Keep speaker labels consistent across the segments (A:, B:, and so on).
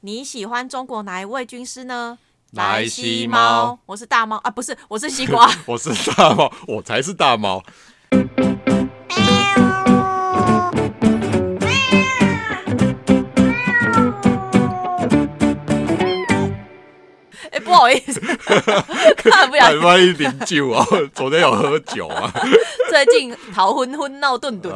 A: 你喜欢中国哪一位军师呢？
B: 莱
A: 西
B: 西
A: 猫
B: 猫，
A: 我是大猫啊，不是，我是西 瓜。
B: 我是大猫， 我才是大猫。
A: 哎、不好意思， 看不小
B: 哎
A: 心，
B: 万一零酒啊，昨天有喝酒啊？
A: 最近头昏昏闹顿顿。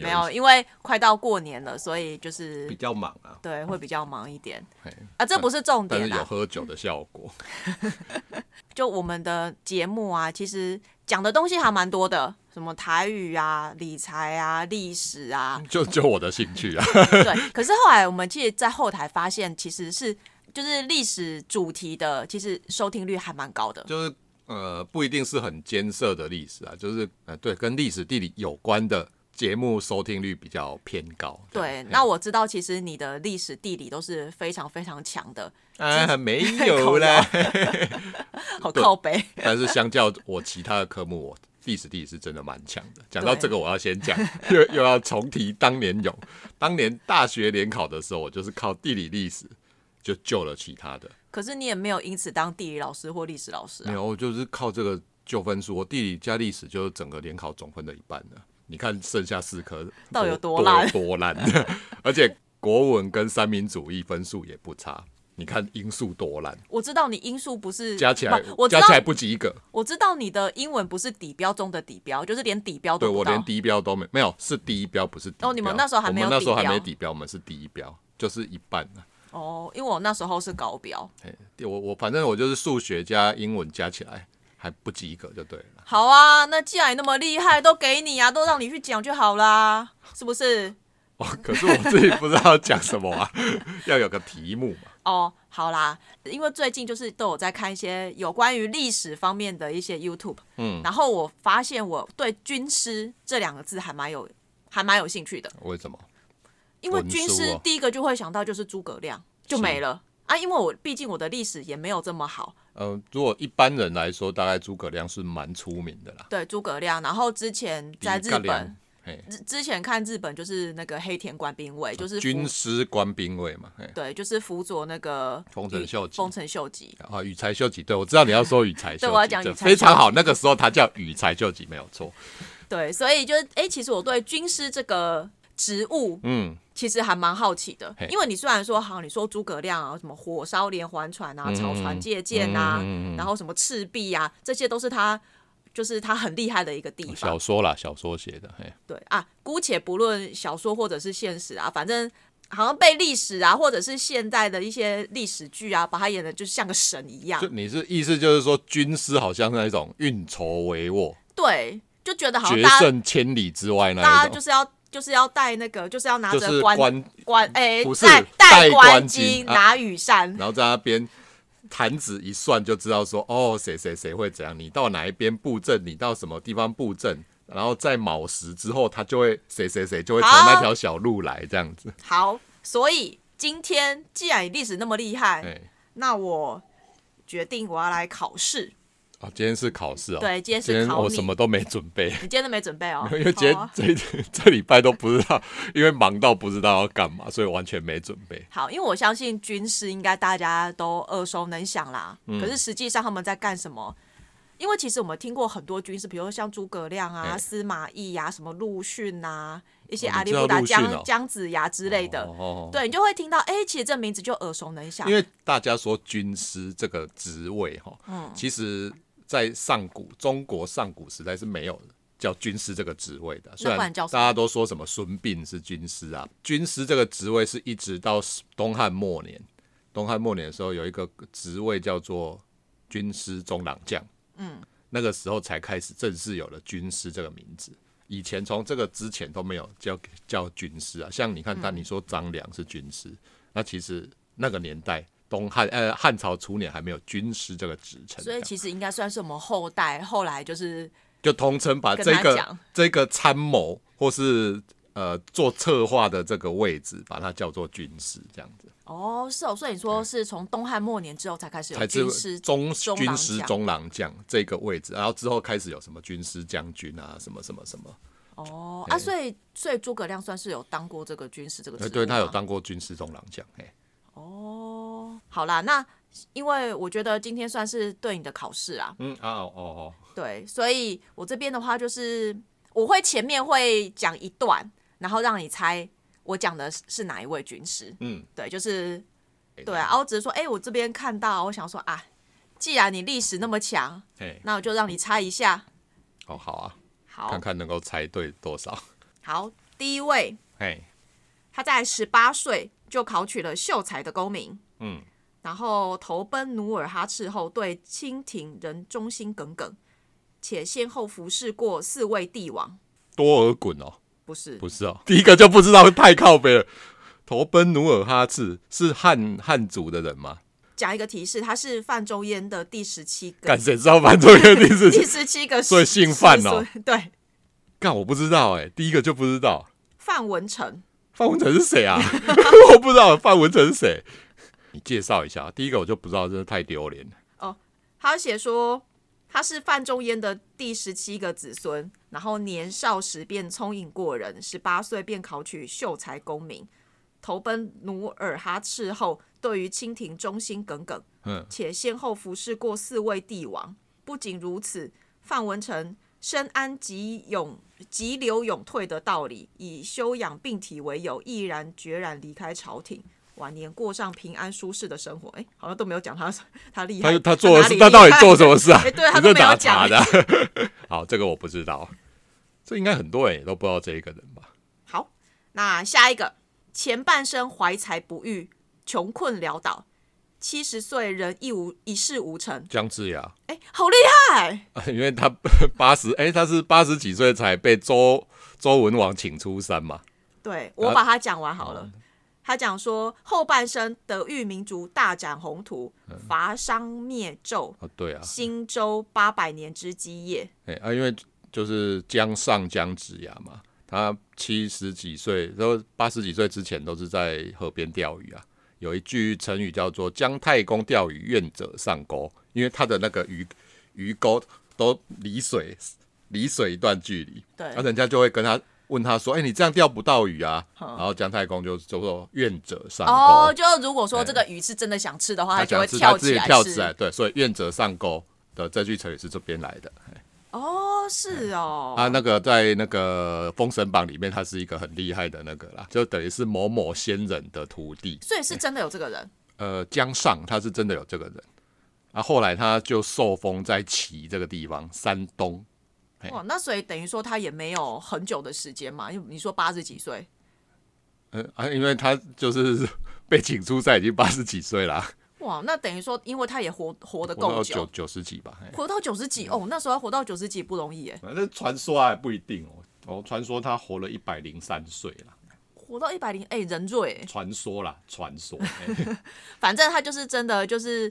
A: 没有，
B: 一些
A: 因为快到过年了，所以就是
B: 比较忙啊，
A: 对会比较忙一点
B: 嘿
A: 啊，这不是重
B: 但是
A: 点
B: 有
A: 啊。
B: 喝酒的效果。
A: 就我们的节目啊，其实讲的东西还蛮多的，什么台语啊、理财啊、历史啊，
B: 就就我的兴趣啊，
A: 对。可是后来我们其实，在后台发现，其实是就是历史主题的，其实收听率还蛮高的。
B: 就是呃，不一定是很艰涩的历史啊，就是呃，对，跟历史地理有关的节目收听率比较偏高。这
A: 对
B: 样，
A: 那我知道，其实你的历史地理都是非常非常强的，
B: 啊没有啦，
A: 好
B: 嗯对
A: 靠背。
B: 但是相较我其他的科目，我历史地理是真的蛮强的。讲
A: 对
B: 到这个，我要先讲，又又要重提当年勇。当年大学联考的时候，我就是靠地理历史就救了其他的。
A: 可是你也没有因此当地理老师或历史老师
B: 没
A: 啊。
B: 有，我就是靠这个救分数，我地理加历史就是整个联考总分的一半了。你看剩下四科
A: 到底有多
B: 多
A: 烂
B: 多烂，而且国文跟三民主义分数也不差。你看英数多烂，
A: 我知道你因素不是
B: 加起来
A: 不我知
B: 加
A: 道
B: 起来不及格。
A: 我知道你的英文不是底标中的底标，就是连底标
B: 对
A: 都
B: 我
A: 不到。
B: 连低标都没没有，是第一标不是底标。
A: 哦你们那时候还没有
B: 我们那时候还没
A: 底标
B: 底标，我们是第一标，就是一半啊
A: 哦，因为我那时候是高标。
B: 嘿我我反正我就是数学加英文加起来还不及格就对了。
A: 好啊，那既然你那么厉害，都给你啊，都让你去讲就好啦，是不是？
B: 哦，可是我自己不知道讲什么啊， 要有个题目嘛。
A: 哦，好啦，因为最近就是都有在看一些有关于历史方面的一些 YouTube，嗯，然后我发现我对军师这两个字还蛮有还蛮有兴趣的，
B: 为什么？
A: 因为
B: 文
A: 军
B: 书
A: 师
B: 哦
A: 第一个就会想到就是诸葛亮，就没了啊，因为我毕竟我的历史也没有这么好，
B: 呃，如果一般人来说，大概诸葛亮是蛮出名的啦。
A: 对诸葛亮，然后之前在
B: 诸
A: 日
B: 葛
A: 本
B: 亮，。嘿，
A: 之之前看日本就是那个黑田官兵卫，就是
B: 哦军
A: 辅
B: 师官兵卫嘛，嘿，
A: 对，就是辅佐那个
B: 丰臣
A: 羽
B: 秀吉
A: 丰臣秀吉，
B: 啊，羽柴秀吉，对我知道你要说羽柴秀吉，
A: 对我要讲羽柴秀吉
B: 非常好，那个时候他叫羽柴秀吉没有错，
A: 对，所以就是哎、其实我对军师这个职务
B: 嗯，
A: 其实还蛮好奇的
B: 嘿，
A: 因为你虽然说好，你说诸葛亮啊，什么火烧连环船啊、草
B: 嗯
A: 船借箭啊，然后什么赤壁啊，这些都是他就是他很厉害的一个地方
B: 小。说啦，小说写的，嘿，
A: 对啊，姑且不论小说或者是现实啊，反正好像被历史啊，或者是现在的一些历史剧啊，把他演的就像个神一样
B: 就。你是意思就是说，军师好像是那种运筹帷幄、
A: 对，就觉得好像
B: 决
A: 大家
B: 胜千里之外那
A: 大家
B: 一
A: 就
B: 种，
A: 是要。就是要带那个，就是要拿
B: 就
A: 着
B: 是
A: 关
B: 关，
A: 关哎，
B: 不是
A: 带
B: 戴
A: 关
B: 冠巾啊
A: 拿雨伞，
B: 然后在那边弹指一算就知道说，哦，谁谁谁会怎样，你到哪一边布阵，你到什么地方布阵。然后在卯时之后，他就会谁谁谁就会从
A: 好
B: 那条小路来，这样子。
A: 好，所以今天既然你历史那么厉害，
B: 哎，
A: 那我决定我要来考试。
B: 哦，今天是考试哦。
A: 对今天是
B: 今天
A: 考
B: 我
A: 你
B: 什么都没准备，，
A: 你今天都没准备哦
B: 因为今天
A: 好啊
B: 这一 这礼拜都不知道，因为忙到不知道要干嘛，所以完全没准备。
A: 好，因为我相信军师应该大家都耳熟能详啦。
B: 嗯
A: 可是实际上他们在干什么？因为其实我们听过很多军师，比如说像诸葛亮啊、
B: 哎
A: 司马懿呀、什么陆逊啊、一些
B: 哦
A: 阿里
B: 你知道
A: 不达、
B: 陆逊
A: 姜、
B: 哦
A: 姜子牙之类的，
B: 哦哦哦
A: 对你就会听到，哎、其实这名字就耳熟能详
B: 因。为大家说军师这个职位哈，
A: 嗯
B: 其实，在上古中国上古时代是没有叫军师这个职位的。虽
A: 不然叫
B: 大
A: 什么
B: 家都说什么孙膑是军师啊，军师这个职位是一直到东汉末年，东汉末年的时候有一个职位叫做军师中郎将，嗯，那个时候才开始正式有了军师这个名字。以前从这个之前都没有叫叫军师啊，像你看他，你说张良是军师，那其实那个年代东汉呃汉朝初年还没有军师这个职称，
A: 所以
B: 这样
A: 其实应该算是我们后代后来就是
B: 就通称把
A: 跟
B: 这
A: 他
B: 个
A: 讲
B: 这个参谋或是呃做策划的这个位置，把它叫做军师这样子，
A: 哦，是哦，所以你说是从东汉末年之后才开始有
B: 才
A: 军师
B: 是中
A: 中郎
B: 军师
A: 将
B: 中郎将这个位置，然后之后开始有什么军师将军啊，什么什么什么，
A: 哦
B: 哎
A: 啊，所以所以诸葛亮算是有当过这个军师这个职
B: 对
A: 务，
B: 对他有
A: 吗
B: 当过军师中郎将，哎、
A: 哦，好啦，那因为我觉得今天算是对你的考试啊，
B: 嗯啊哦哦，
A: 对，所以我这边的话就是我会前面会讲一段，然后让你猜我讲的是是哪一位军师。
B: 嗯，
A: 对，就是
B: 哎
A: 对啊，，啊我只是说，哎、我这边看到，我想说啊，既然你历史那么强，
B: 哎，
A: 那我就让你猜一下。
B: 哦好啊，
A: 好
B: 看看能够猜对多少，
A: 好，第一位，
B: 哎，
A: 他在十八岁就考取了秀才的功名，
B: 嗯，
A: 然后投奔努尔哈赤后，对清廷仍忠心耿耿，且先后服侍过四位帝王。
B: 多尔衮哦，
A: 不是，
B: 不是哦，第一个就不知道太靠北了。投奔努尔哈赤是汉汉族的人吗？
A: 讲一个提示，他是范仲淹的第十七个
B: 干谁知道范仲淹历 史？
A: 第十七个，
B: 所以姓范哦。
A: 对，
B: 干我不知道哎、第一个就不知道。
A: 范文成。
B: 范文成是谁啊？ 我不知道范文成是谁，你介绍一下。啊第一个我就不知道，真的太丢脸了。
A: 他写说他是范仲淹的第十七个子孙，然后年少时便聪颖过人，十八岁便考取秀才功名，投奔努尔哈赤后，对于清廷忠心耿耿，
B: 嗯，
A: 且先后服侍过四位帝王。不仅如此，范文成深谙急勇急流勇退的道理，以休养病体为由，毅然决然离开朝廷。晚年过上平安舒适的生活，哎、好像都没有讲他他厉害，
B: 他他做的
A: 哪
B: 是
A: 里
B: 他到底
A: 厉害
B: 做什 么事啊？
A: 哎对他
B: 你
A: 都
B: 这
A: 没有
B: 打
A: 讲
B: 查的啊？ 好，这个我不知道，这应该很多人也都不知道这一个人吧？
A: 好，那下一个，前半生怀才不遇，穷困潦倒，七十岁仍一无一事无成，
B: 姜志雅，
A: 哎、好厉害！
B: 啊因为他 八十，哎，他是八十几岁才被周周文王请出山嘛。啊
A: 对我把它讲完好了。他讲说，后半生德育民族大展宏图，伐商灭纣，
B: 啊，对嗯啊，
A: 新周八百年之基业。
B: 哎、啊，因为就是姜尚姜子牙嘛，他七十几岁，然后八十几岁之前都是在河边钓鱼啊。有一句成语叫做“姜太公钓鱼，愿者上钩”，因为他的那个鱼鱼钩都离水离水一段距离，
A: 对
B: 然后人家就会跟他问他说：“哎、你这样钓不到鱼啊？”然后姜太公就就说“愿者上钩”，
A: 哦，就如果说这个鱼是真的想吃的话，
B: 哎他
A: 就会
B: 讲是他自
A: 起
B: 己
A: 来
B: 跳
A: 吃。
B: 起来，对，所以“愿者上钩”的这句成语是这边来的。
A: 哦，是哦。
B: 啊，那个在那个《封神榜》里面，他是一个很厉害的那个啦，就等于是某某仙人的徒弟。
A: 所以是真的有这个人。
B: 呃，姜尚他是真的有这个人，啊，后来他就受封在齐这个地方，山东。哎
A: 哇，那所以等于说他也没有很久的时间嘛，因为你说八十几岁，
B: 嗯、啊，因为他就是 被请出山已经八十几岁啦，
A: 哇，那等于说因为他也活活得
B: 活
A: 够
B: 到
A: 久
B: 九，嗯九十几吧。嘿
A: 活到九十几哦，那时候要活到九十几不容易耶，
B: 反正传说还不一定哦。哦，传说他活了一百零三岁啦，
A: 活到一百零哎人瑞耶，
B: 传说啦，传 说。嘿
A: 反正他就是真的就是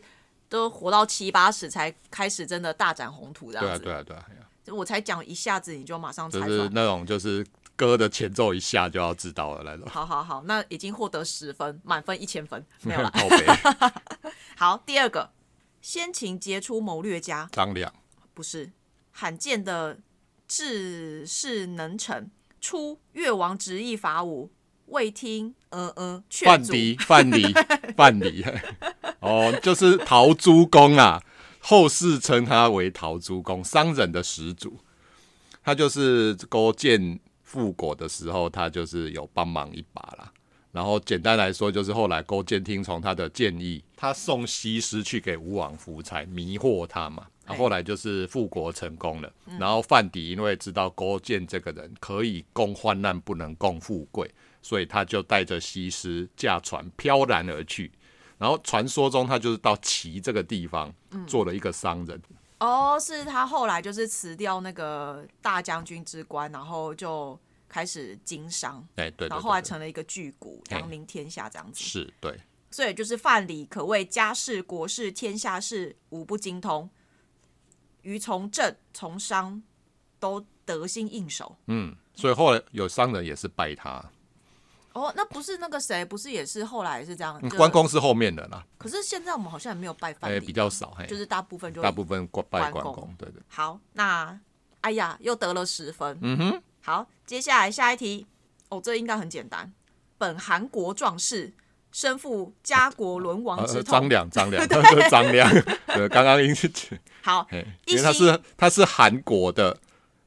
A: 都活到七八十才开始真的大展宏图这
B: 对
A: 样
B: 啊，
A: 子。
B: 对啊，对啊，嘿啊
A: 就我才讲一下子你就马上猜
B: 就
A: 出来，
B: 是那种就是歌的前奏一下就要知道了那种。
A: 好好好，那已经获得十分，满分一千分没 有了。
B: 靠北
A: 好，第二个，先秦杰出谋略家，
B: 张良，
A: 不是罕见的治世能臣。初越王执意伐吴，未听呃呃劝
B: 范
A: 阻，
B: 蠡，范蠡，范蠡， 哦，就是陶朱公啊，后世称他为陶朱公，商人的始祖。他就是勾践复国的时候，他就是有帮忙一把啦。然后简单来说，就是后来勾践听从他的建议，他送西施去给吴王夫差，迷惑他嘛。啊
A: 哎嗯
B: 后来就是复国成功了。然后范蠡因为知道勾践这个人可以共患难，不能共富贵，所以他就带着西施驾船飘然而去。然后传说中他就是到齐这个地方
A: 嗯
B: 做了一个商人，
A: 哦，是他后来就是辞掉那个大将军之官，然后就开始经商，
B: 哎，对对
A: 然后
B: 对
A: 后来
B: 对，
A: 成了一个巨贾，扬名天下这样子。
B: 是对。
A: 所以就是范蠡可谓家事国事天下事无不精通，于从政从商都得心应手。
B: 嗯，所以后来有商人也是拜他，
A: 哦，那不是那个谁，不是也是后来也是这样？
B: 嗯
A: 就
B: 关公是后面的啦，
A: 可是现在我们好像也没有拜
B: 哎、
A: 范蠡，
B: 比较少，嘿，
A: 就是大部分就
B: 大部分关拜
A: 关
B: 关
A: 公
B: 公，对对，
A: 好。那哎呀，又得了十分。嗯哼。好，接下来下一题，哦，这应该很简单。本韩国壮士身负家国沦亡
B: 啊
A: 之
B: 呃
A: 痛。
B: 张良，张良，他说张良， 对，刚刚因
A: 好，
B: 嘿
A: 一
B: 因为他
A: 心
B: 是他是韩国的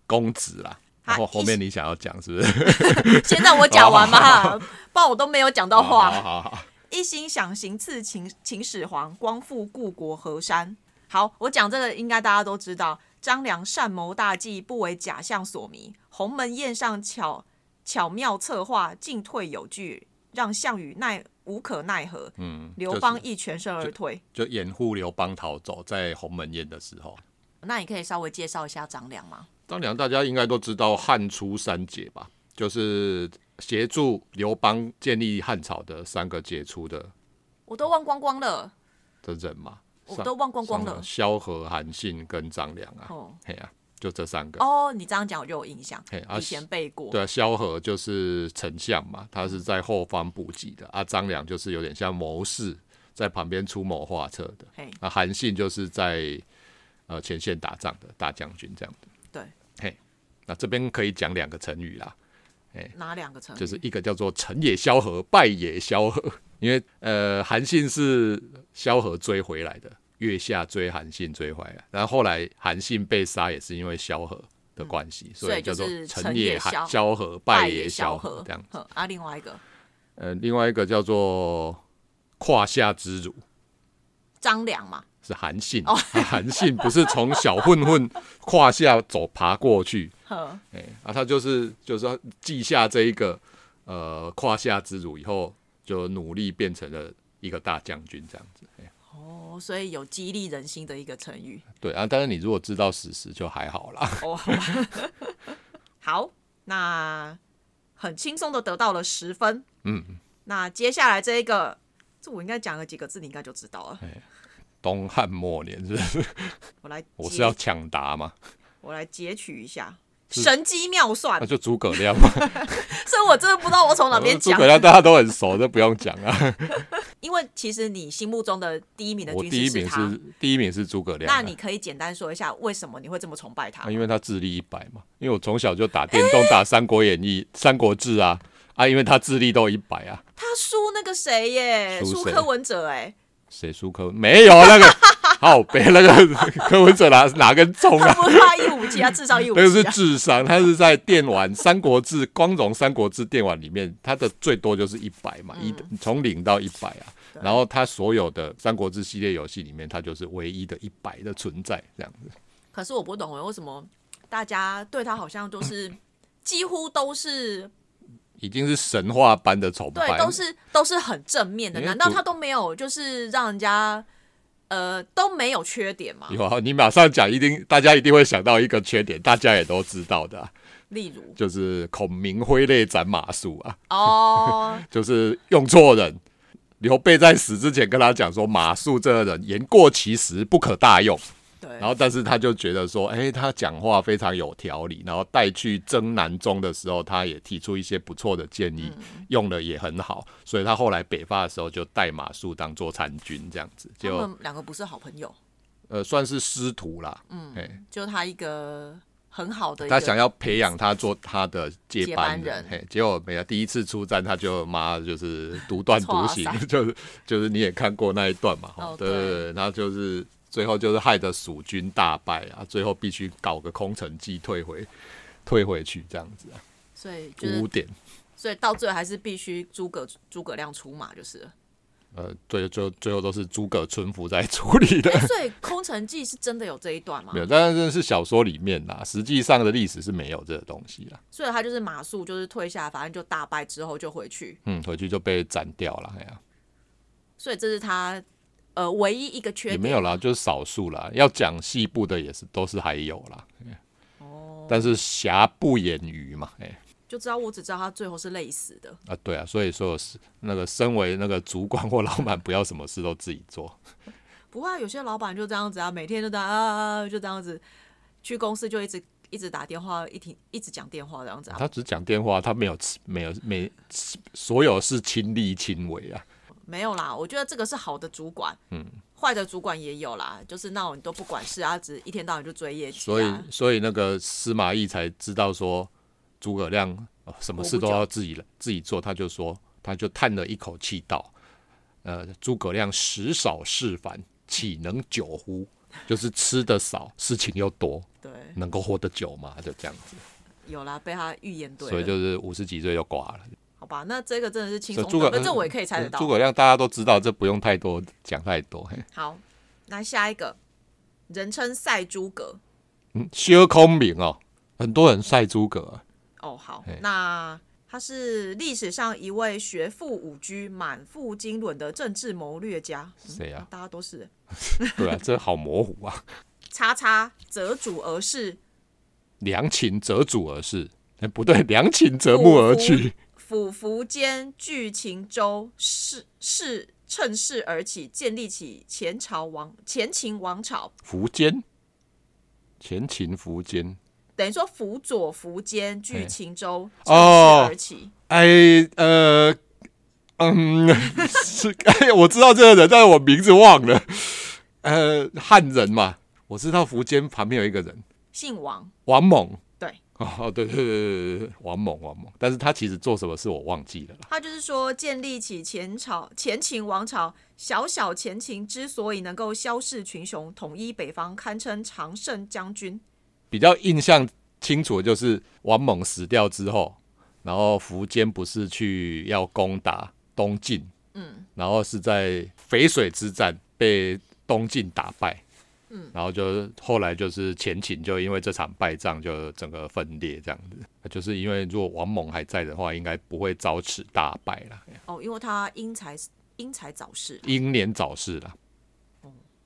B: 公子啦。
A: 他
B: 然后
A: 一
B: 后面你想要讲是不是？
A: 先让我讲完 嘛，
B: 哦
A: 不然我都没有讲到话。
B: 好好好，
A: 一心想行刺秦秦始皇，光复故国河山。好，我讲这个应该大家都知道，张良善谋大计，不为假象所迷。鸿门宴上巧巧妙策划，进退有据，让项羽奈无可奈何。
B: 嗯，
A: 刘
B: 就是
A: 邦一全身而退。
B: 就掩护刘邦逃走，在鸿门宴的时候，
A: 那你可以稍微介绍一下张良吗？
B: 张良大家应该都知道汉初三杰吧，就是协助刘邦建立汉朝的三个杰出的
A: 我都忘光光了，
B: 的人嘛。
A: 我哦都忘光光了。
B: 萧何、韩信跟张良啊，
A: 哦
B: 嘿啊，就这三个。
A: 哦，你这样讲我就有印象
B: 嘿，啊
A: 以前背过。
B: 对啊，萧何就是丞相嘛，他是在后方补给的啊。张良就是有点像谋士，在旁边出谋划策的。
A: 嘿，
B: 啊，韩信就是在呃前线打仗的大将军这样子。
A: 对，
B: 嘿，那这边可以讲两个成语啦，
A: 哪两个成语？
B: 就是一个叫做“成也萧何，败也萧何”，因为呃韩信是萧何追回来的，月下追韩信追回来，然后后来韩信被杀也是因为萧何的关系，
A: 嗯所
B: 所
A: 以
B: 以叫做
A: 就是
B: “成
A: 成也
B: 也
A: 萧
B: 韩萧何，
A: 败
B: 也萧
A: 萧
B: 何”这样。
A: 呵啊，另外一个
B: 呃，另外一个叫做“胯下之辱”，
A: 张良嘛，
B: 是韩信，
A: 哦
B: 啊韩信不是从小混混胯下走爬过去，
A: 呵，
B: 哎、啊，他就是就是说记下这一个呃胯下之辱以后，就努力变成了一个大将军这样子。哎
A: 哦，所以有激励人心的一个成语。
B: 对啊，但是你如果知道史实就还好啦。
A: 哦，好吧好，那很轻松的得到了十分。
B: 嗯，
A: 那接下来这一个，这我应该讲了几个字，你应该就知道了。
B: 东汉末年是不是？
A: 我来截，
B: 我是要抢答嘛，
A: 我来截取一下。
B: 是呃
A: 神机妙算
B: 那、，就诸葛 亮嘛。
A: 所以我真的不知道我从哪啊边
B: 诸
A: 讲
B: 葛，亮大家都很熟，这不用讲啊。
A: 因为其实你心目中的第一名的
B: 我
A: 军
B: 第
A: 师
B: 一名
A: 他，
B: 是啊第一名是诸葛亮啊、
A: 那你可以简单说一下为什么你会这么崇拜他
B: 啊，？因为他智力一百嘛，因为我从小就打电动，打《三国演义》《三国志》啊啊，因为他智力都一百啊，
A: 他输那个谁耶，
B: 输
A: 输
B: 谁
A: 柯文哲哎、
B: 谁输柯文没有那个好别那个柯文哲哪哪根葱
A: 他
B: 啊？
A: 不是他一五七，他至少一五
B: 那个是
A: 七。啊
B: 智商，他是在电玩《三国志》光荣《三国志》电玩里面，他的最多就是一百嘛，一
A: 嗯
B: 从零到一百啊。然后他所有的《三国志》系列游戏里面，他就是唯一的一百的存在，这样子。
A: 可是我不懂欸为什么大家对他好像就是 几乎都是
B: 已经是神话般的崇拜
A: 对，，都是都是很正面的，
B: 因为
A: 难道
B: 主
A: 他都没有就是让人家呃都没有缺点吗？
B: 有啊，你马上讲，一定大家一定会想到一个缺点，大家也都知道的啊、
A: 例 如
B: 就是孔明挥泪斩马谡啊，
A: 哦，
B: 就是用错人。刘备在死之前跟他讲说，马谡这个人言过其实，不可大用。
A: 对
B: 然，后，但是他就觉得说，哎，他讲话非常有条理。然后带去征南中的时候，他也提出一些不错的建议，
A: 嗯
B: 用的也很好。所以他后来北伐的时候就带马谡当做参军，这样子
A: 他
B: 就
A: 们两个不是好朋友，
B: 呃算是师徒啦。嗯，哎，
A: 就他一个很好的一个，
B: 他想要培养他做他的接班
A: 接班人
B: 嘿，结果没有第一次出战，他就妈就是独断 独行
A: 哇塞，
B: 就是就是你也看过那一段嘛，吼
A: 啊哦
B: 对对对，然后就是最后就是害得蜀军大败啊，最后必须搞个空城计退回退回去这样子啊，
A: 所以就是
B: 污点，
A: 所以到最后还是必须诸葛诸葛亮出马就是 了。
B: 呃，对，最后最后都是诸葛村夫在处理的
A: 哎，，所以《空城计》是真的有这一段吗
B: 没？有，但是是小说里面啦，实际上的历史是没有这个东西啦，
A: 所以他就是马谡，就是退下，反正就大败之后就回去，
B: 嗯，回去就被斩掉了，哎呀、
A: 所以这是他呃唯一一个缺
B: 也
A: 点。
B: 没有啦，就是少数啦。要讲细部的也是都是还有啦。哦，但是瑕不掩瑜嘛，哎、
A: 就知道我只知道他最后是累死的。
B: 啊，对啊，所以说有事那个身为那个主管或老板，不要什么事都自己做，
A: 不过啊有些老板就这样子啊，每天就这样啊，就这样子去公司就一直一直打电话，一听一直讲电话这样子啊，
B: 他只讲电话，他没有没有没所有事亲力亲为啊。
A: 没有啦。我觉得这个是好的主管，嗯，坏的主管也有啦，就是那种你都不管事啊，只一天到晚就追业绩、啊，
B: 所以所以那个司马懿才知道说诸葛亮、呃什么事都要自己来自己做，他就说他就叹了一口气道：“呃，诸葛亮食少事繁，岂能久乎？就是吃的少，事情又多，
A: 对，
B: 能够活得久吗？就这样子，
A: 有啦，被他预言对
B: 所以
A: 了。
B: 就是五十几岁就挂了。
A: 好吧，那这个真的是轻
B: 所以
A: 松
B: 诸
A: 的，
B: 葛嗯
A: 那这我也可以猜得到
B: 诸。葛亮大家都知道，这不用太多讲太多。 嘿
A: 好，那下一个，人称赛诸葛。
B: 嗯，薛空明哦，很多人晒诸葛啊、
A: 哦，好
B: 嘿，
A: 那他是历史上一位学富五车、满腹经纶的政治谋略家。嗯
B: 谁啊
A: 大家都是
B: 对啊，这好模糊啊。
A: 叉叉择主而事，
B: 良禽择主而事，哎，不对，良禽择木而去。
A: 俯伏间据秦州，是是趁势而起，建立起前朝王前秦王朝。
B: 苻坚，前秦苻坚。
A: 等于说辅佐苻坚
B: 嘿
A: 据秦州趁
B: 哦
A: 势而起，
B: 哎，呃，嗯，是，哎，我知道这个人，但是我名字忘了。呃，汉人嘛，我知道苻坚旁边有一个人，
A: 姓王。
B: 王猛。
A: 对，
B: 哦，对对对对对对，王猛王猛，但是他其实做什么事我忘记了啦。
A: 他就是说建立起前朝前秦王朝，小小前秦之所以能够消逝群雄，统一北方，堪称常胜将军。
B: 比较印象清楚的就是王猛死掉之后，然后苻坚不是去要攻打东晋，嗯，然后是在淝水之战被东晋打败，嗯，然后就后来就是前秦就因为这场败仗就整个分裂这样子，就是因为如果王猛还在的话，应该不会遭此大败啦，
A: 哦，因为他因才因才早逝，
B: 英年早逝啦。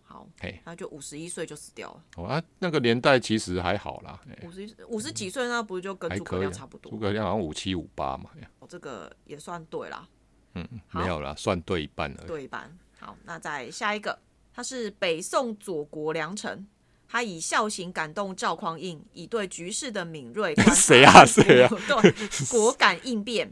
A: 好
B: 嘿，
A: 他就五十一岁就死掉了。
B: 哦啊，那个年代其实还好啦，哎
A: 五十五十几岁，那不是就跟
B: 还
A: 诸葛
B: 可以
A: 亮
B: 啊，
A: 差不多
B: 诸？葛亮好像五七五八嘛，哎
A: 哦，这个也算对啦，好
B: 没有啦，算对一半而已。
A: 对一半。好，那再下一个，他是北宋左国良臣。他以孝行感动赵匡胤，以对局势的敏锐观察
B: 谁啊谁啊
A: 国 对果敢应变，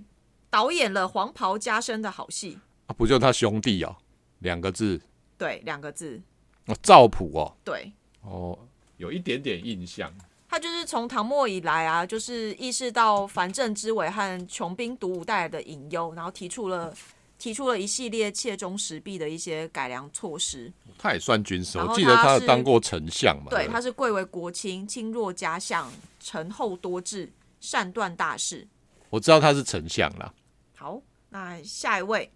A: 导演了黄袍加身的好戏。
B: 啊，不就他兄弟哦，两个字
A: 对，两个字，
B: 哦，赵普哦，
A: 对，
B: 哦，有一点点印象。
A: 他就是从唐末以来啊，就是意识到藩镇之危和穷兵黩武带来的隐忧，然后提出了提出了一系列切中时弊的一些改良措施。
B: 他也算军师，
A: 然后
B: 我记得他
A: 他是
B: 当过丞相嘛。
A: 对，
B: 不
A: 他是贵为国卿，亲若家相，臣厚多智，善断大事。
B: 我知道他是丞相啦。
A: 好，那下一位，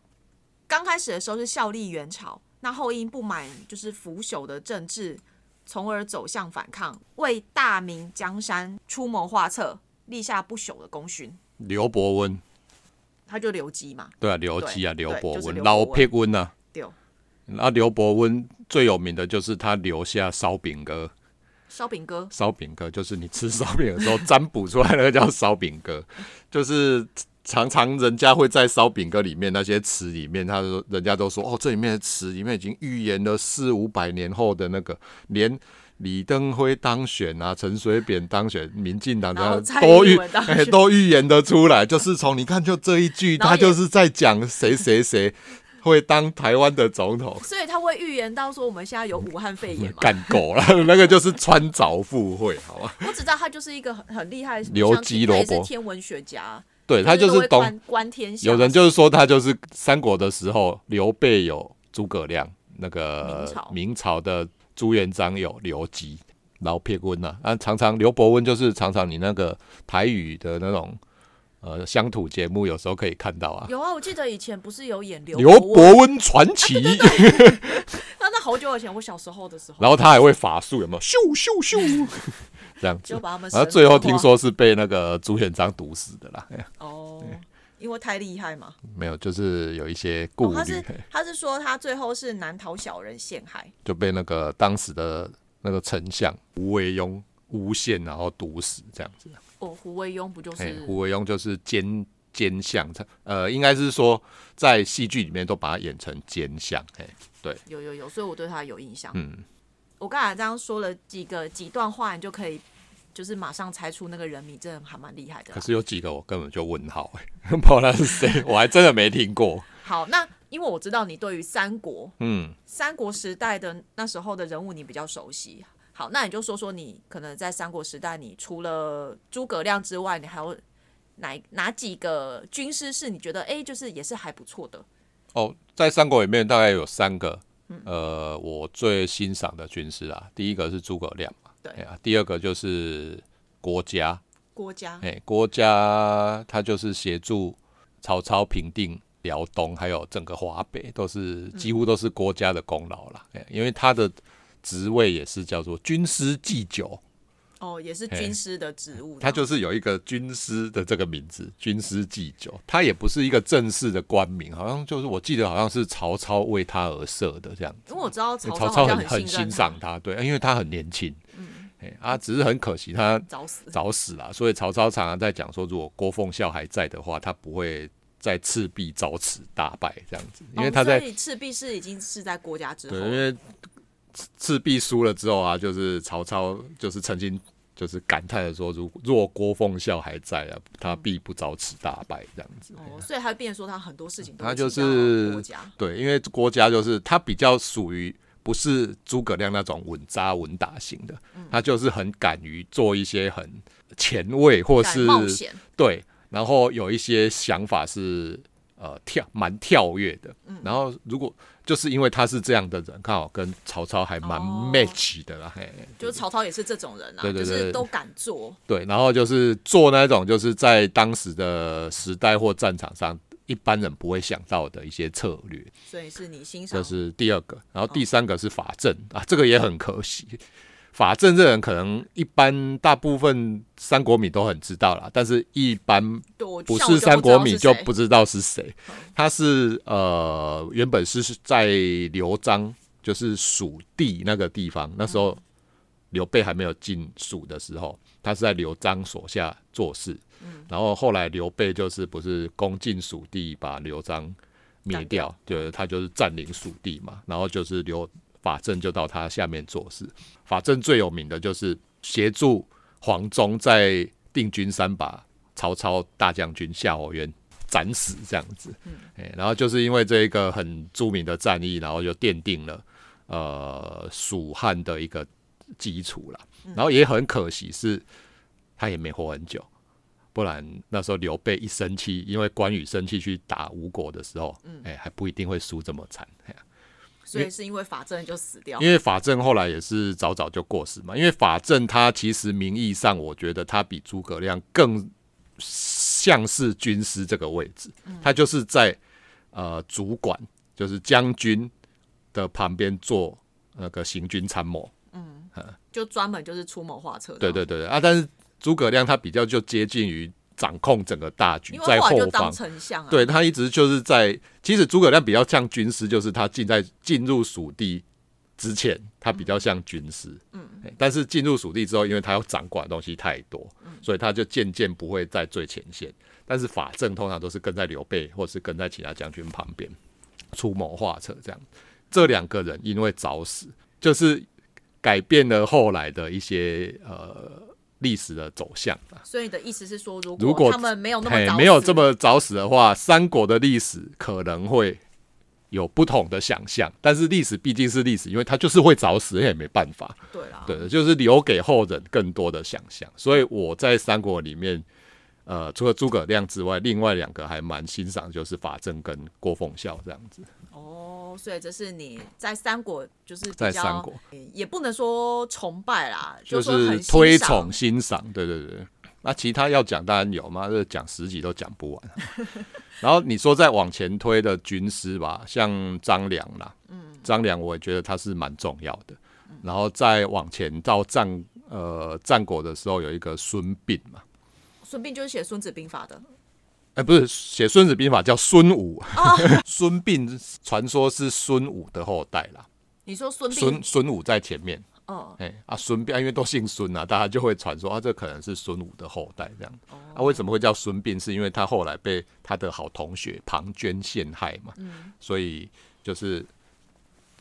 A: 刚开始的时候是效力元朝，那后因不满就是腐朽的政治，从而走向反抗，为大明江山出谋划策，立下不朽的功勋。
B: 刘伯温，
A: 他就留级嘛，
B: 对啊，刘基啊，
A: 对
B: 刘
A: 对
B: 伯
A: 就是
B: 温，
A: 刘伯
B: 老
A: 温
B: 撇温啊。
A: 对，哦
B: 那刘伯温最有名的就是他留下烧饼哥，
A: 烧饼哥，
B: 烧饼哥就是你吃烧饼的时候占卜出来那个叫烧饼哥， 就是常常人家会在烧饼哥里面那些词里面，他说人家都说哦，这里面的词里面已经预言了四五百年后的那个，连李登辉当选啊，陈水扁当选，民进党
A: 然后
B: 的
A: 蔡
B: 都
A: 英
B: 预
A: 文当
B: 哎、
A: 选
B: 都预言得出来，就是从你看就这一句，
A: 然后
B: 他
A: 也
B: 就是在讲谁谁谁会当台湾的总统。
A: 所以他会预言到说我们现在有武汉肺炎嘛？
B: 干够了，那个就是穿凿附会，好吧？
A: 我只知道他就是一个很很厉害的，
B: 刘
A: 像
B: 基
A: 他也
B: 罗伯
A: 是天文学家，
B: 对他就
A: 都
B: 是
A: 会
B: 懂
A: 观观天象啊，
B: 有人就是说他就是三国的时候，刘备有诸葛亮，那个
A: 明朝
B: 明朝的朱元璋有刘基，老撇温呐、啊，啊，常常刘伯温就是常常你那个台语的那种呃乡土节目，有时候可以看到 啊，
A: 有啊，我记得以前不是有演刘
B: 刘
A: 伯温，
B: 伯温传 奇，
A: 那那好久以前，我小时候的时候，
B: 然后他还会法术，有没有？咻咻 咻，这样子
A: 就。把他们神
B: 然
A: 化。
B: 后最后听说是被那个朱元璋毒死的啦，哎呀
A: 哦，因为太厉害嘛。
B: 没有，就是有一些顾
A: 哦
B: 虑、，
A: 他是
B: 嘿
A: 他是说他最后是难逃小人陷害，
B: 就被那个当时的那个丞相胡惟庸诬陷，然后毒死这样子。
A: 哦，胡惟庸不就
B: 嘿
A: 是
B: 胡惟庸就是奸奸相，他呃，应该是说在戏剧里面都把他演成奸相。嘿，
A: 有有有，所以我对他有印象。
B: 嗯，
A: 我刚才这样说了几个几段话，你就可以就是马上猜出那个人名，真的还蛮厉害的
B: 可
A: 啦。
B: 是有几个我根本就问号、欸， 不知道他是谁，我还真的没听过。
A: 好，那因为我知道你对于三国
B: 嗯，
A: 三国时代的那时候的人物你比较熟悉。好，那你就说说你可能在三国时代，你除了诸葛亮之外，你还有哪哪几个军师是你觉得哎、诶就是也是还不错的？
B: 哦，在三国里面大概有三个，
A: 嗯
B: 呃，我最欣赏的军师啊，第一个是诸葛亮嘛，
A: 对
B: 哎呀，第二个就是郭嘉，
A: 郭嘉，
B: 哎，郭嘉他就是协助曹操平定辽东，还有整个华北，都是几
A: 嗯
B: 乎都是郭嘉的功劳啦。哎，因为他的职位也是叫做军师祭酒，
A: 哦，也是
B: 嘿
A: 军师的职务，
B: 他就是有一个军师的这个名字，军师祭酒，他也不是一个正式的官名，好像就是我记得好像是曹操为他而设的这样子
A: 因为。我知道曹
B: 曹
A: 好
B: 操
A: 像
B: 很很
A: 信
B: 欣
A: 任
B: 赏
A: 他，嗯
B: 他，对，因为他很年轻，哎啊，只是很可惜他
A: 早死，
B: 早死了，所以曹操常常在讲说，如果郭奉孝还在的话，他不会再赤壁遭此大败这样子，因为他在、
A: 哦、所以赤壁是已经是在郭嘉之后
B: 对，
A: 了，
B: 因为赤赤壁输了之后啊，就是曹操就是曾经就是感叹的说，如若郭奉孝还在啊，他必不遭此大败这样子。
A: 哦，所以他变成说他很多事情都
B: 他
A: 会
B: 就
A: 请教到
B: 是
A: 郭嘉，
B: 对，因为郭嘉就是他比较属于不是诸葛亮那种稳扎稳打型的，
A: 嗯
B: 他就是很敢于做一些很前卫或
A: 敢
B: 是
A: 冒险，
B: 对，然后有一些想法是呃跳蛮跳跃的，
A: 嗯
B: 然后如果就是因为他是这样的人，刚好跟曹操还蛮
A: 哦
B: match 的啦，嘿，
A: 就是曹操也是这种人啊，
B: 对对
A: 就
B: 对
A: 是都敢做，
B: 对，然后就是做那种就是在当时的时代或战场上一般人不会想到的一些策略，
A: 所以是你啊哦欣赏
B: 这是第二个，然后第三个是法正、啊，这个也很可惜。法正这人可能一般大部分三国迷都很知道啦，但是一般
A: 对，我
B: 不
A: 像我
B: 是
A: 就
B: 三国
A: 知道
B: 迷
A: 是
B: 就
A: 谁
B: 不知道是谁。他是呃，原本是在刘璋，就是蜀地那个地方，那时
A: 嗯
B: 候刘备还没有进蜀的时候，他是在刘璋手下做事。然后后来刘备就是不是攻进蜀地，把刘璋灭
A: 干
B: 掉，就是他就是占领蜀地嘛。然后就是刘法正就到他下面做事。法正最有名的就是协助黄忠在定军山把曹操大将军夏侯渊斩死这样子。哎、然后就是因为这一个很著名的战役，然后就奠定了呃蜀汉的一个基础啦。然后也很可惜是，他也没活很久。不然那时候刘备一生气，因为关羽生气去打吴国的时候，哎、
A: 嗯
B: 还不一定会输这么惨。哎呀
A: 所以是因为法正就死掉，
B: 因为法正后来也是早早就过世嘛。因为法正他其实名义上，我觉得他比诸葛亮更像是军师这个位置，
A: 嗯
B: 他就是在呃主管，就是将军的旁边做那个行军参谋。
A: 就专门就是出谋划策的，
B: 对对对对啊，但是诸葛亮他比较就接近于掌控整个大局
A: 因，为
B: 在
A: 后来
B: 后
A: 就
B: 方
A: 当。丞相啊，
B: 对他一直就是在，其实诸葛亮比较像军师，就是他进在进入蜀地之前，他比较像军师，嗯，但是进入蜀地之后，因为他要掌管的东西太多，所以他就渐渐不会在最前线。但是法正通常都是跟在刘备或是跟在其他将军旁边出谋划策这样。这两个人因为早死，就是改变了后来的一些呃历史的走向。啊
A: 所以你的意思是说，如
B: 如果
A: 他们没有那么
B: 嘿
A: 早死
B: 没有这么早死的话，三国的历史可能会有不同的想象。但是历史毕竟是历史，因为它就是会早死，也没办法。
A: 对啦，
B: 对，就是留给后人更多的想象。所以我在三国里面，呃，除了诸葛亮之外，另外两个还蛮欣赏，就是法正跟郭奉孝这样子。
A: 哦，所以这是你在三国就是比
B: 在
A: 较
B: 三国
A: 也不能说崇拜啦，
B: 就
A: 说
B: 是
A: 很欣
B: 推
A: 赏
B: 崇欣赏，对对对。那其他要讲当然有嘛，这讲十集都讲 不完。啊然后你说再往前推的军师吧，像张良啦，嗯，张良我也觉得他是蛮重要的。
A: 嗯
B: 然后再往前到战呃战国的时候，有一个孙膑嘛，
A: 孙膑就是写《孙子兵法》的，
B: 哎，不是写《孙子兵法》叫孙武，
A: 哦
B: 孙膑传说是孙武的后代啦，
A: 你说孙膑
B: 孙，孙武在前面，
A: 哦
B: 哎、啊，孙膑因为都姓孙啊，大家就会传说啊，这可能是孙武的后代这样。啊，为什么会叫孙膑？是因为他后来被他的好同学庞涓陷害嘛，所以就是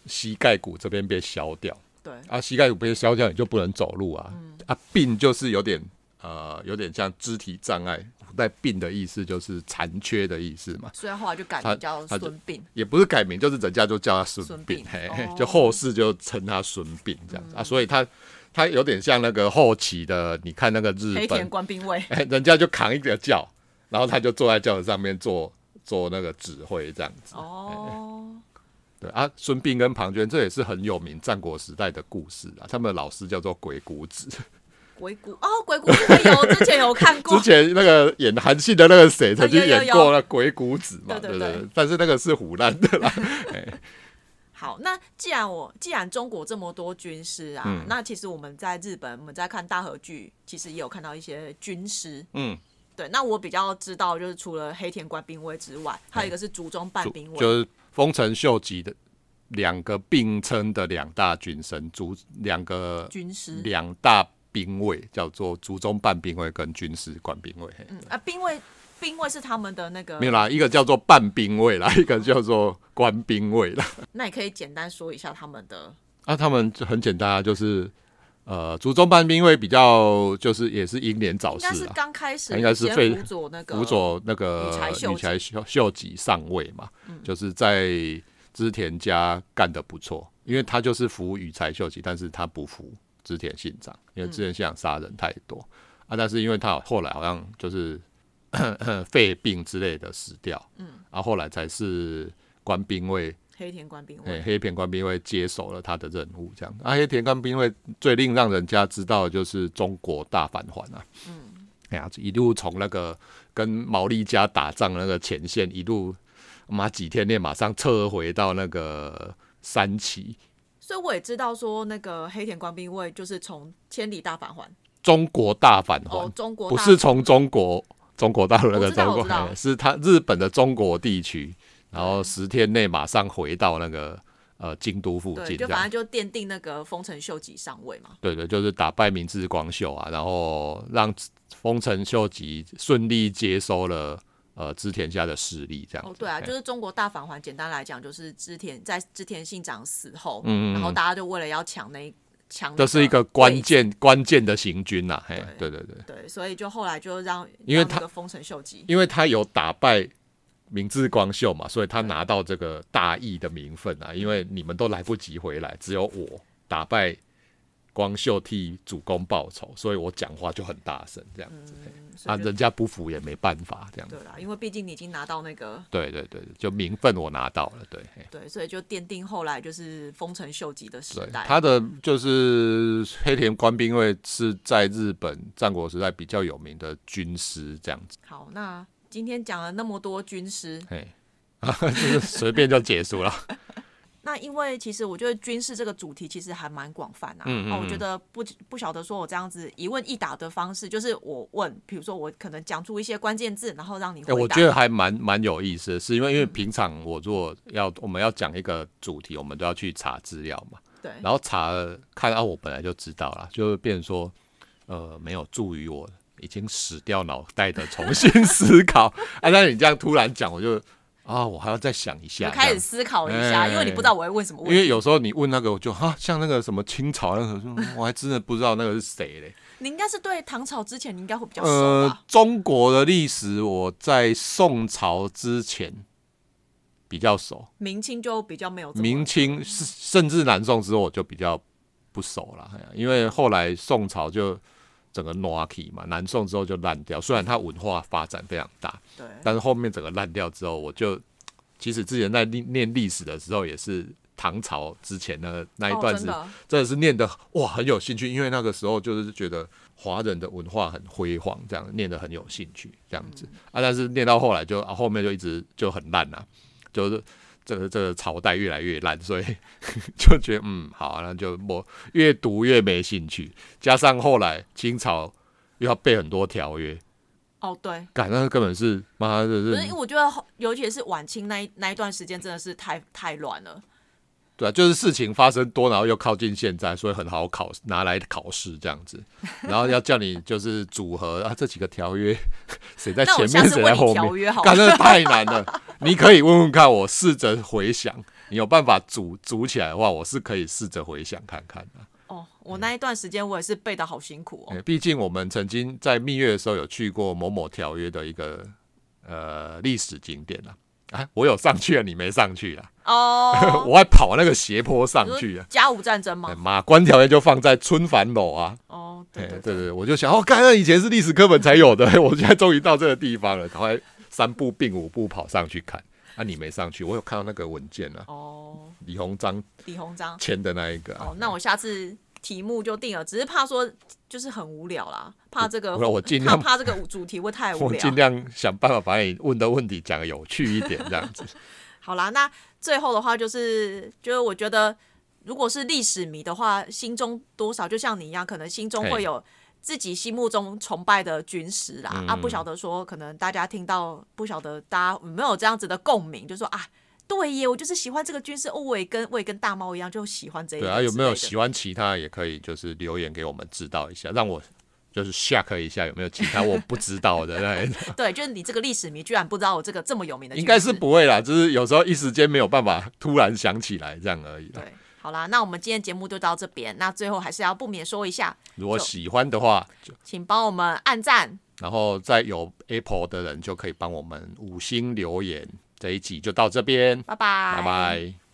B: 膝盖骨这边被削掉
A: 对，
B: 啊，膝盖骨被削掉你就不能走路啊。啊，病就是有点呃，有点像肢体障碍。古代病的意思就是残缺的意思嘛。
A: 所以后来就改
B: 他
A: 名叫
B: 他就
A: 孙膑。
B: 也不是改名，就是人家就叫他孙
A: 孙
B: 膑
A: 膑，
B: 嘿，
A: 哦嗯
B: 就后世就称他孙膑这样子、啊，所以他他有点像那个后期的，你看那个日
A: 黑田
B: 本，哎
A: 官兵卫，
B: 哎，人家就扛一个轿，然后他就坐在轿子上面做做那个指挥这样子。哎
A: 哦，
B: 对啊，孙膑跟庞涓这也是很有名战国时代的故事啊。他们的老师叫做鬼谷子，
A: 鬼谷哦，鬼谷这个有之前有看过
B: 之，前那个演韩信的那个谁曾经
A: 有有有
B: 演过那鬼谷子嘛，
A: 对对
B: 对不
A: 对
B: 对？但是那个是胡乱的啦。
A: 好，那既然我既然中国这么多军师啊，
B: 嗯
A: 那其实我们在日本，我们在看大和剧，其实也有看到一些军师。
B: 嗯，
A: 对，那我比较知道就是除了黑田官兵卫之外，还有一个是竹中半兵卫。
B: 就是丰臣秀吉的两个并称的两大军神，竹两个
A: 军师，
B: 两大兵卫叫做竹中半兵卫跟军事官兵卫。嘿
A: 嗯啊，兵卫兵卫是他们的那个
B: 没，有啦，一个叫做半兵卫啦，一个叫做官兵卫啦。
A: 那你可以简单说一下他们的
B: 那、他们就很简单啊，就是呃，竹中半兵卫比较就是也是英年早
A: 应该是
B: 逝啊，
A: 刚开始
B: 应该是
A: 先
B: 废
A: 辅佐那个
B: 辅佐那个
A: 羽柴秀吉嗯
B: 柴秀秀吉上位嘛，就是在织田家干得不错，因为他就是服羽柴秀吉，但是他不服织田信长，因为织田信长杀人太多、啊，但是因为他后来好像就是 咳咳肺病之类的死掉，嗯，啊，后来才是官兵卫
A: 黑田官兵
B: 哎，
A: 卫。
B: 黑田官兵会接手了他的任务，这样。啊，黑田官兵会最令让人家知道的就是中国大返还啊，嗯，哎呀，一路从那个跟毛利家打仗的那个前线，一路妈几天内马上撤回到那个三旗。
A: 所以我也知道说那个黑田官兵卫就是从千里大返还
B: 中国大返还、
A: 哦，中国
B: 不
A: 大
B: 是从中国中国大陆那
A: 我
B: 个
A: 知道
B: 中国
A: 我知道
B: 哎是他日本的中国地区，然后十天内马上回到那个呃京都附
A: 对，
B: 近，
A: 就
B: 这
A: 反
B: 样。
A: 正就奠定那个丰臣秀吉上位嘛。
B: 对对，就是打败明治光秀啊，然后让丰臣秀吉顺利接收了呃织田家的势力，这样
A: 哦，
B: 子。
A: 对啊，
B: 嘿
A: 就是中国大返还，简单来讲就是织田在织田信长死后，
B: 嗯嗯嗯
A: 然后大家就为了要抢那一抢，
B: 这是一个关。键关键的行军呐、嘿，
A: 对
B: 对对对，
A: 对，所以就后来就让
B: 因为
A: 让那
B: 他
A: 个丰臣秀吉，
B: 因为他有打败明治光秀嘛，所以他拿到这个大义的名分啊，因为
A: 嗯
B: 你们都来不及回来，只有我打败光秀替主公报仇，所以我讲话就很大声这样子、嘿
A: 嗯所
B: 啊，
A: 以就
B: 人家不服也没办法这样子。
A: 对啦，因为毕竟你已经拿到那个
B: 对对对，就名分我拿到了，对。嘿
A: 对，所以就奠定后来就是丰臣秀吉的时
B: 对，
A: 代。
B: 他的就是黑田官兵卫是在日本战国时代比较有名的军师，这样子，
A: 好，那今天讲了那么多军师，
B: 嘿， 就是随便就结 束了。
A: 那因为其实我觉得军事这个主题其实还蛮广泛啊。
B: 嗯嗯
A: 啊我
B: 嗯
A: 觉得不不晓得说我这样子一问一答的方式，就是我问，比如说我可能讲出一些关键字，然后让你回
B: 哎、
A: 答。
B: 我觉得还蛮蛮有意思的，是因为因为平常我如果要我们要讲一个主题，我们都要去查资料嘛，
A: 对，
B: 然后查了看啊，我本来就知道啦，就变成说，呃，没有助于我已经死掉脑袋的重新思考 啊。那你这样突然讲，我就啊，我还要再想一下
A: 我
B: 啊这样
A: 开
B: 子，
A: 始思考一下，
B: 哎
A: 因为你不知道我会问什么问
B: 因
A: 题，
B: 为有时候你问那个，我就哈，像那个什么清朝那个，嗯我还真的不知道那个是谁嘞。
A: 你应该是对唐朝之前你应该会比较熟
B: 呃
A: 吧？，
B: 中国的历史我在宋朝之前比较熟，
A: 明清就比较没有这么
B: 明清是甚至南宋之后我就比较不熟了，哎呀因为后来宋朝就整个 n o k 嘛，南宋之后就烂掉。虽然它文化发展非常大，
A: 对
B: 但是后面整个烂掉之后，我就其实之前在念念历史的时候也是唐朝之前那个那一
A: 哦
B: 段
A: 真
B: 是
A: 的
B: 真的是念的哇很有兴趣，因为那个时候就是觉得华人的文化很辉煌，这样念的很有兴趣这样子、啊，但是念到后来就、啊、后面就一直就很烂啦、就是这个这个朝代越来越烂，所以就觉得嗯好、那就我越读越没兴趣，加上后来清朝又要背很多条约，
A: 哦对，
B: 感那根本是妈的
A: 可
B: 是
A: 是因为我觉得后尤其是晚清那一那一段时间真的是太太乱了，
B: 对啊，就是事情发生多，然后又靠近现在，所以很好考，拿来考试这样子。然后要叫你就是组合啊，这几个条约谁在
A: 那
B: 前
A: 我下
B: 面，
A: 次
B: 谁
A: 问
B: 在
A: 你
B: 后
A: 条约
B: 面
A: 好，了
B: 干真的太难了。你可以问问看，我试着回想，你有办法组组起来的话，我是可以试着回想看看的、
A: 哦，我那一段时间我也是背的好辛苦哦。
B: 嗯哎毕竟我们曾经在蜜月的时候有去过某某条约的一个呃历史景点啊。哎，我有上去啊，你没上去啊，
A: 哦，
B: 我还跑那个斜坡上
A: 你说
B: 去啊。
A: 甲午战争
B: 哎
A: 吗？
B: 马关条约就放在春帆楼啊，
A: 哦，
B: 哎
A: 对对
B: 对对，我就想，哦，干，那以前是历史课本才有的，我现在终于到这个地方了，赶快三步并五步跑上去看。啊，你没上去，我有看到那个文件啊，
A: 哦，
B: 李鸿章
A: 李鸿章。
B: 签的那一个、啊。
A: 哦，那我下次题目就定了，只是怕说就是很无聊啦，怕这个
B: 不然我尽
A: 怕
B: 量
A: 怕这个主题会太无
B: 我
A: 聊
B: 尽。量想办法把你问的问题讲的有趣一点，这样 子。
A: 好啦，那最后的话就是，就是我觉得，如果是历史迷的话，心中多少就像你一样，可能心中
B: 嘿
A: 会有自己心目中崇拜的军师啦。
B: 嗯
A: 啊，不晓得说，可能大家听到，不晓得大家有没有这样子的共鸣，就说啊，对耶，我就是喜欢这个军师，哦，我也跟我也跟大猫一样，就喜欢这一个之类
B: 对啊，
A: 的。
B: 有没有喜欢其他的也可以，就是留言给我们知道一下，让我就是 check 一下有没有其他我不知道的 那一种
A: 对，就是你这个历史迷居然不知道我这个这么有名的军
B: 应
A: 师，
B: 该是不会啦，就是有时候一时间没有办法突然想起来这样而已啦。
A: 对。好啦，那我们今天节目就到这边。那最后还是要不免说一下，
B: 如果喜欢的话，就
A: 请帮我们按赞。
B: 然后再有 Apple 的人就可以帮我们五星留言。这一集就到这边，
A: 拜拜，
B: 拜拜